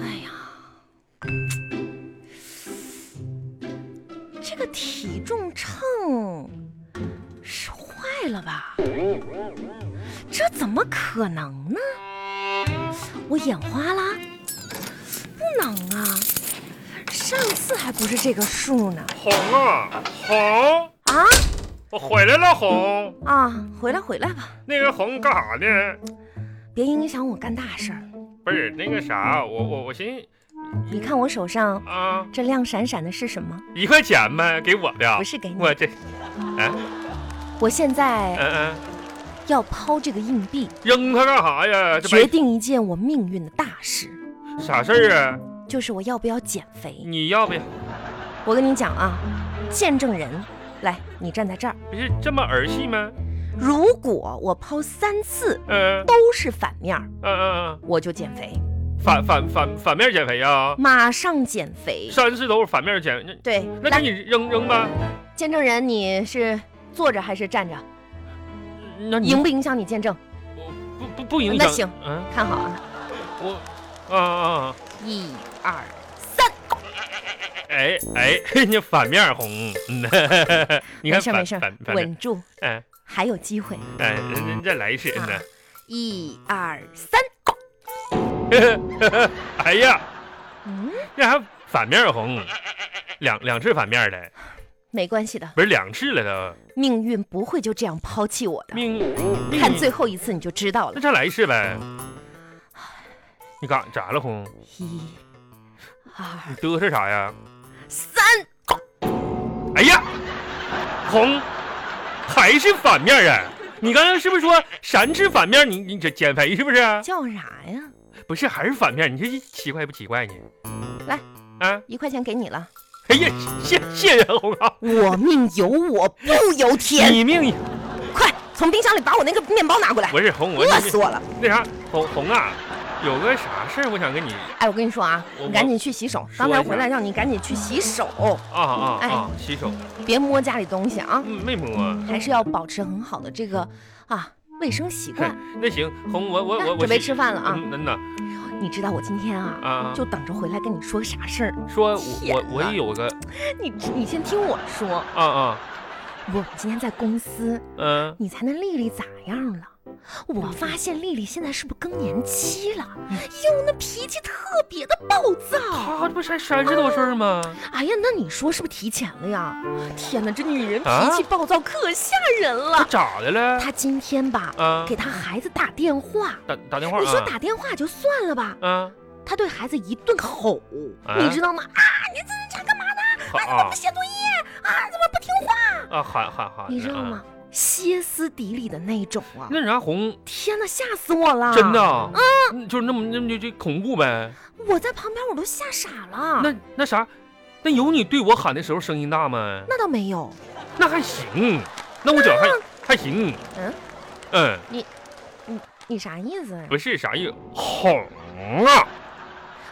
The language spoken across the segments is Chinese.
哎这个体重秤是坏了吧？这怎么可能呢？我眼花啦？不能啊，上次还不是这个数呢。红啊红，啊我回来了红。啊，回来回来吧，那个红干啥呢？别影响我干大事儿。不是那个啥，我我我寻思你看我手上啊，这亮闪闪的是什么？一块钱呗，给我的啊不。是给你，我这我现嗯在嗯，要抛这个硬币，扔它干啥呀？这决白定一件我命运的大事，啥事儿啊？就是我要不要减肥。你要不要？我跟你讲啊，见证人，来，你站在这儿。不是这么儿戏吗？如果我抛三次嗯都是反面儿，嗯嗯我就减肥，嗯，反反反反面减肥呀？马上减肥。三次都是反面减，那对，那给来，你扔扔吧。见证人，你是坐着还是站嗯着？那你影不影响你见证？不不不影响。那行嗯，看好啊，我啊啊。啊一二三，哎哎，你反面红，嗯， 你没看事反没事反，反面，稳住，哎还有机会。哎，嗯再来一次，嗯啊一二三，呐，哎呀，嗯，那还反面红，两两次反面的，没关系的，不是两次了命运不会就这样抛弃我都，的。命看命最后一次你就知道那了。再来一次呗。你干咋了红？一二你嘚瑟啥呀？三，哎呀，红还是反面啊！你刚才是不是说三次反面你你减减肥是不是？啊叫啥呀？不是还是反面？你这奇怪不奇怪呢？来啊。一块钱给你了，哎呀，谢谢谢红啊！我命由我不由天。你命快从冰箱里把我那个面包拿过来，不是红，嗯我饿死我了。那啥红红啊，有个啥事儿我想跟你哎，我跟你说啊，我你赶紧去洗手。说刚才一下回来让你赶紧去洗手，啊啊哎啊，洗手，别摸家里东西啊，嗯，没摸。还是要保持很好的这个啊卫生习哼惯。那行，红我我我哎我准备洗吃饭了啊嗯嗯呐你知道我今天啊，啊，就等着回来跟你说啥事儿。说天我我我哪有个你你先听我说，啊啊我今天在公司，嗯，你才能丽丽咋样了？我发现丽丽现在是不是更年期了？哟，那脾气特别的暴躁。他这不才三十多岁儿吗？哎呀，那你说是不是提前了呀？天哪，这女人啊脾气暴躁可吓人他了。咋的了？她今天吧，啊给，她孩子打电话。打打电话你说啊打电话就算了吧，啊她对孩子一顿吼，啊你知道吗？啊，你这是想干嘛呢？好啊，怎么啊不写作业？啊，怎么不听话？啊喊喊喊，你知道嗯？吗？歇斯底里的那种啊！那啥红天哪，吓死我了！真的，啊，嗯，就是那么那么就就恐怖呗。我在旁边我都吓傻了。那那啥，那有你对我喊的时候声音大吗？那倒没有，那还行，那我觉得还还行。嗯嗯，你啥意思呀？不是啥意思，哄啊！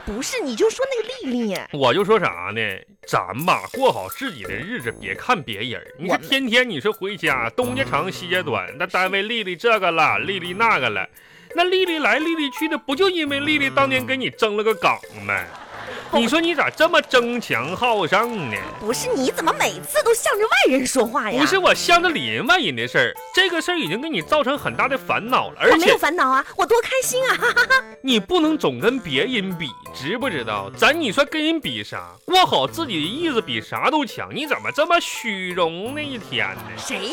不是，你就说那个丽丽，我就说啥呢？咱吧，过好自己的日子，别看别人。你我说天天你是回家，东家长西家短，那单位丽丽这个了，丽丽那个了，那丽丽来丽丽去的，不就因为丽丽当年跟你争了个岗吗？哦你说你咋这么争强好胜呢？不是你怎么每次都向着外人说话哎呀？不是，我向着里人外人的事儿，这个事儿已经给你造成很大的烦恼了，而我没且有烦恼啊，我多开心啊！ 你不能总跟别人比，知不知道？咱你说跟人比啥？过好自己的日子比啥都强，你怎么这么虚荣呢？一天呢？谁？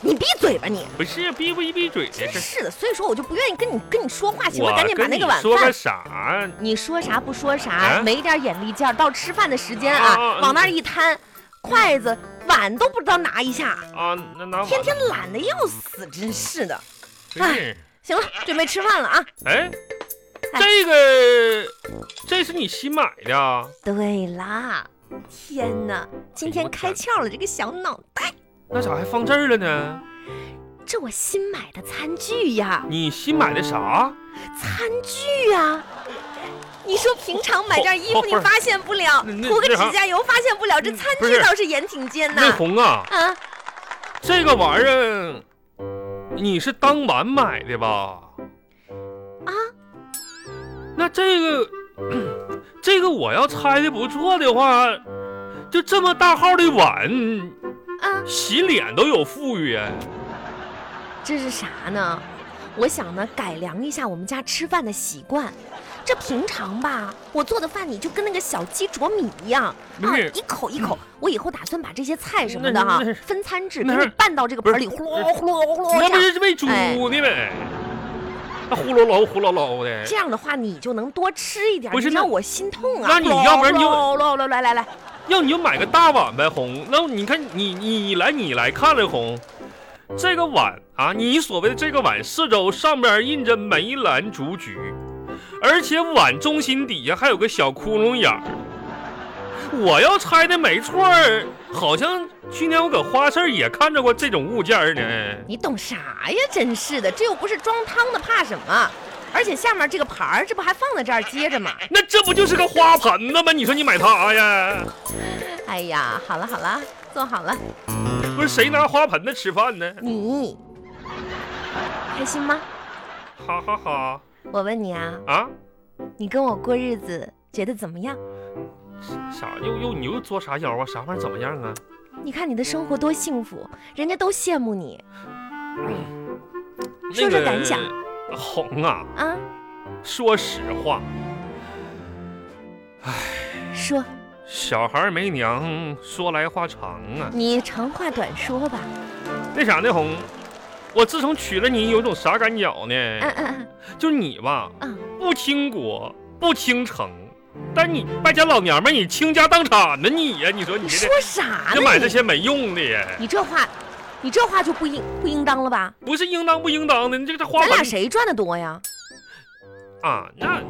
你闭嘴吧你！不是闭不一闭嘴的真事儿，是的，所以说我就不愿意跟你跟你说话，行我吗？赶紧把跟那你个晚说个饭。啥？你说啥不说啥，啊没点眼力劲儿，到吃饭的时间啊，啊啊往那儿一摊，筷子碗都不知道拿一下，啊，那那天天懒得要死，真是的。真是行了，准备吃饭了啊！哎，哎这个这是你新买的啊？对啦，天哪，今天开窍了这个小脑袋，那咋还放这儿了呢？这我新买的餐具呀，你新买的啥？餐具呀。你说平常买件衣服哦你 不是发现不了，那那涂个那啥嗯指甲油发现不了，这餐不具是倒是眼挺尖那呐。红啊，啊，这个玩意儿，你是当晚买的吧？啊， 那这个，这个我要猜的不错的话，就这么大号的碗，啊，洗脸都有富裕啊！这是啥呢？我想呢，改良一下我们家吃饭的习惯。这平常吧，我做的饭你就跟那个小鸡啄米一样，不啊是，嗯一口一口。我以后打算把这些菜什么的哈那那是，分餐制，给那你是拌到这个不是盆里，呼噜呼噜呼噜那不这样。是喂猪哎呢呗？那呼噜捞呼噜捞的这，样的话，你就能多吃一点，不是你让那我心痛啊！那你要不然你就呼噜呼噜呼噜来来来，要你就买个大碗呗，红。那你看你你你来你来看了红，这个碗啊，你所谓的这个碗四周上边印着梅兰竹菊，而且碗中心底下还有个小窟窿眼儿。我要猜的没错儿，好像去年我搁花市儿也看着过这种物件儿呢。你懂啥呀？真是的，这又不是装汤的，怕什么？而且下面这个盘儿，这不还放在这儿接着吗？那这不就是个花盆子吗？你说你买它呀？哎呀，好了好了，坐好了，不是谁拿花盆子吃饭呢？你开心吗？哈哈哈我问你啊，啊！你跟我过日子觉得怎么样？啥又又你又作啥妖啊？啥玩意儿怎么样啊？你看你的生活多幸福，人家都羡慕你那说个说感想红啊，啊。说实话，说，小孩没娘，说来话长啊。你长话短说吧。那啥呢，红，我自从娶了你，有种啥感觉呢？嗯嗯就你吧，嗯不倾国，不倾城，但你败家老娘们儿，你倾家荡产呢你呀、你说嗯，你你这说啥就呢买这你？些没用的呀，你这话，你这话就不应不应当了吧？不是应当不应当的，你这个这花咱盆俩谁赚的多呀？啊，那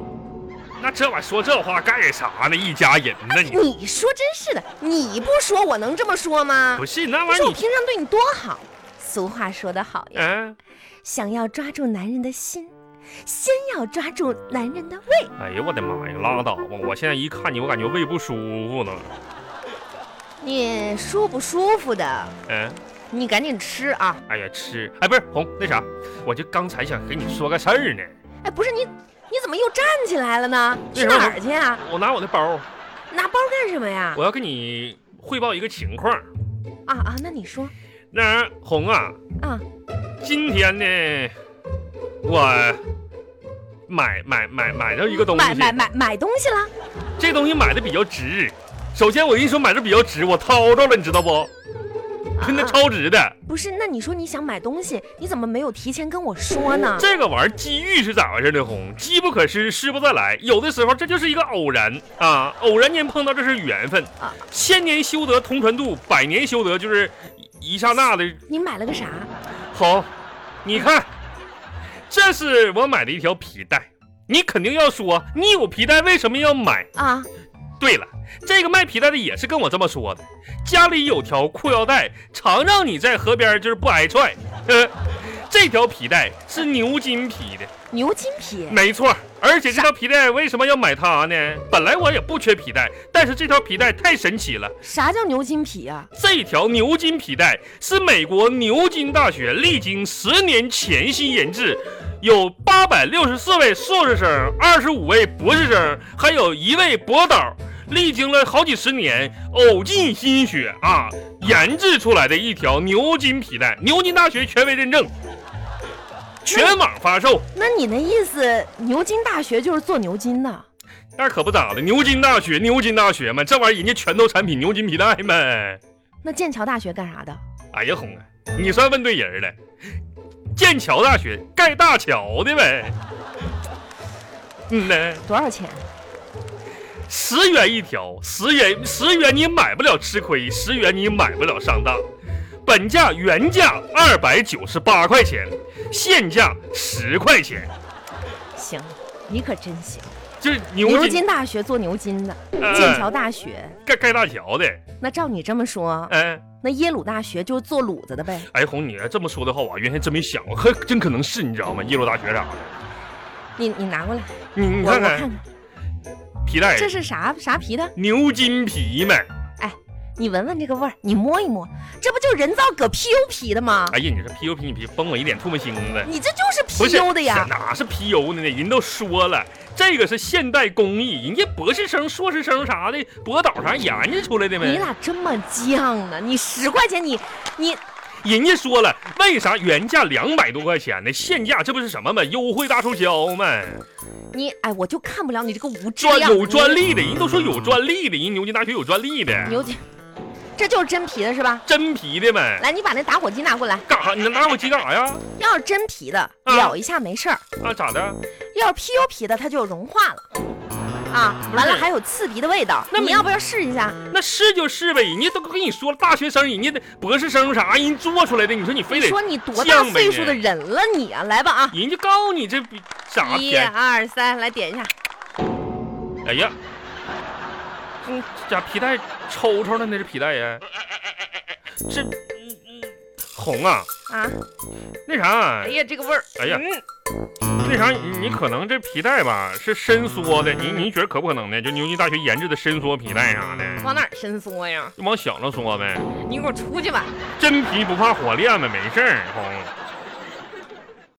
那这玩意儿说这话干啥呢？一家人呢你。你说真是的，你不说我能这么说吗不？是那不玩意是儿我你，平常对你多好。俗话说得好呀，嗯、想要抓住男人的心，先要抓住男人的胃。哎呀，我的妈呀，拉倒吧！我现在一看你，我感觉胃不舒服呢。你舒不舒服的？嗯，你赶紧吃啊！哎呀，吃，哎，不是红那啥，我就刚才想跟你说个事儿呢。哎，不是你，你怎么又站起来了呢？去那时候哪儿去啊？我拿我的包，拿包干什么呀？我要跟你汇报一个情况。啊啊，那你说那红啊，啊，今天呢，我买买买买到一个东西，买买买买东西了？这东西买的比较值。首先我跟你说买的比较值，我掏着了，你知道不？真的啊超值的。不是，那你说你想买东西，你怎么没有提前跟我说呢？这个玩意儿机遇是咋回事呢？红，机不可失，失不再来。有的时候这就是一个偶然啊，偶然间碰到这是缘分啊。千年修得同船渡，百年修得就是一一刹那的。你买了个啥？好，你看，这是我买的一条皮带。你肯定要说，你有皮带为什么要买？啊，对了，这个卖皮带的也是跟我这么说的，家里有条裤腰带，常让你在河边就是不挨踹。呃，这条皮带是牛筋皮的。牛筋皮。没错，而且这条皮带为什么要买它呢？本来我也不缺皮带，但是这条皮带太神奇了。啥叫牛筋皮啊？这条牛津皮带是美国牛津大学历经十年潜心研制，有八百六十四位硕士生、二十五位博士生，还有一位博导，历经了好几十年，呕尽心血啊，研制出来的一条牛津皮带，牛津大学权威认证，全网发售。那你那意思，牛津大学就是做牛筋的？那可不咋的，牛津大学，牛津大学嘛，这玩意儿人家拳头产品牛筋皮带嘛。那剑桥大学干啥的？哎呀，红啊，你算问对人儿了。剑桥大学盖大桥的呗。嗯呢，多少钱？十元一条，十元十元你买不了吃亏，十元你买不了上当。本价原价二百九十八块钱，现价十块钱，行，你可真行。就是牛牛津津大学做牛筋的，哎剑桥大学。盖盖大桥的。那照你这么说，哎，那耶鲁大学就是做卤子的呗？哎，红，你要这么说的话，我还原先真没想过，可真可能是你知道吗？耶鲁大学啥的。你你拿过来，你你我我看看哎看看，皮带，这是啥啥皮的？牛筋皮没？你闻闻这个味儿，你摸一摸，这不就人造革 PU 皮的吗？哎呀，你这 PU 皮，你别崩我一脸唾沫星子。你这就是不是 PU 的呀！哪是 PU 的呢？人都说了，这个是现代工艺，人家博士生、硕士生啥的，博导啥研究出来的你呗。咋这么犟呢？你十块钱你你人家说了，为啥原价两百多块钱呢？现价这不是什么吗？优惠大促销吗？你哎，我就看不了你这个无知专样。有专利的，人都说有专利的，人牛津大学有专利你，的，牛津，这就是真皮的是吧？真皮的呗。来，你把那打火机拿过来。干啥？你拿我鸡干啥呀？要是真皮的，啊燎一下没事儿；啊，咋的？要是 PU 皮的，它就融化了。啊，完了还有刺鼻的味道。哎那你没要不要试一下？那是就是呗，人家都跟你说了，大学生，人家的博士生啥，人做出来的，你说你非你得，说你多大犟呗岁你数的人了你啊？来吧啊！人家告你这比啥一便宜？二三，来点一下。哎呀，这家皮带抽抽了，那是皮带呀？这，嗯嗯，红啊，啊！那啥哎，呀，这个味儿！哎呀嗯那啥，你你可能这皮带吧是伸缩的，您您觉得可不可能呢？就牛津大学研制的伸缩皮带啥的，往哪儿伸缩呀？就往小了说呗。你给我出去吧！真皮不怕火炼呗，没事儿，红。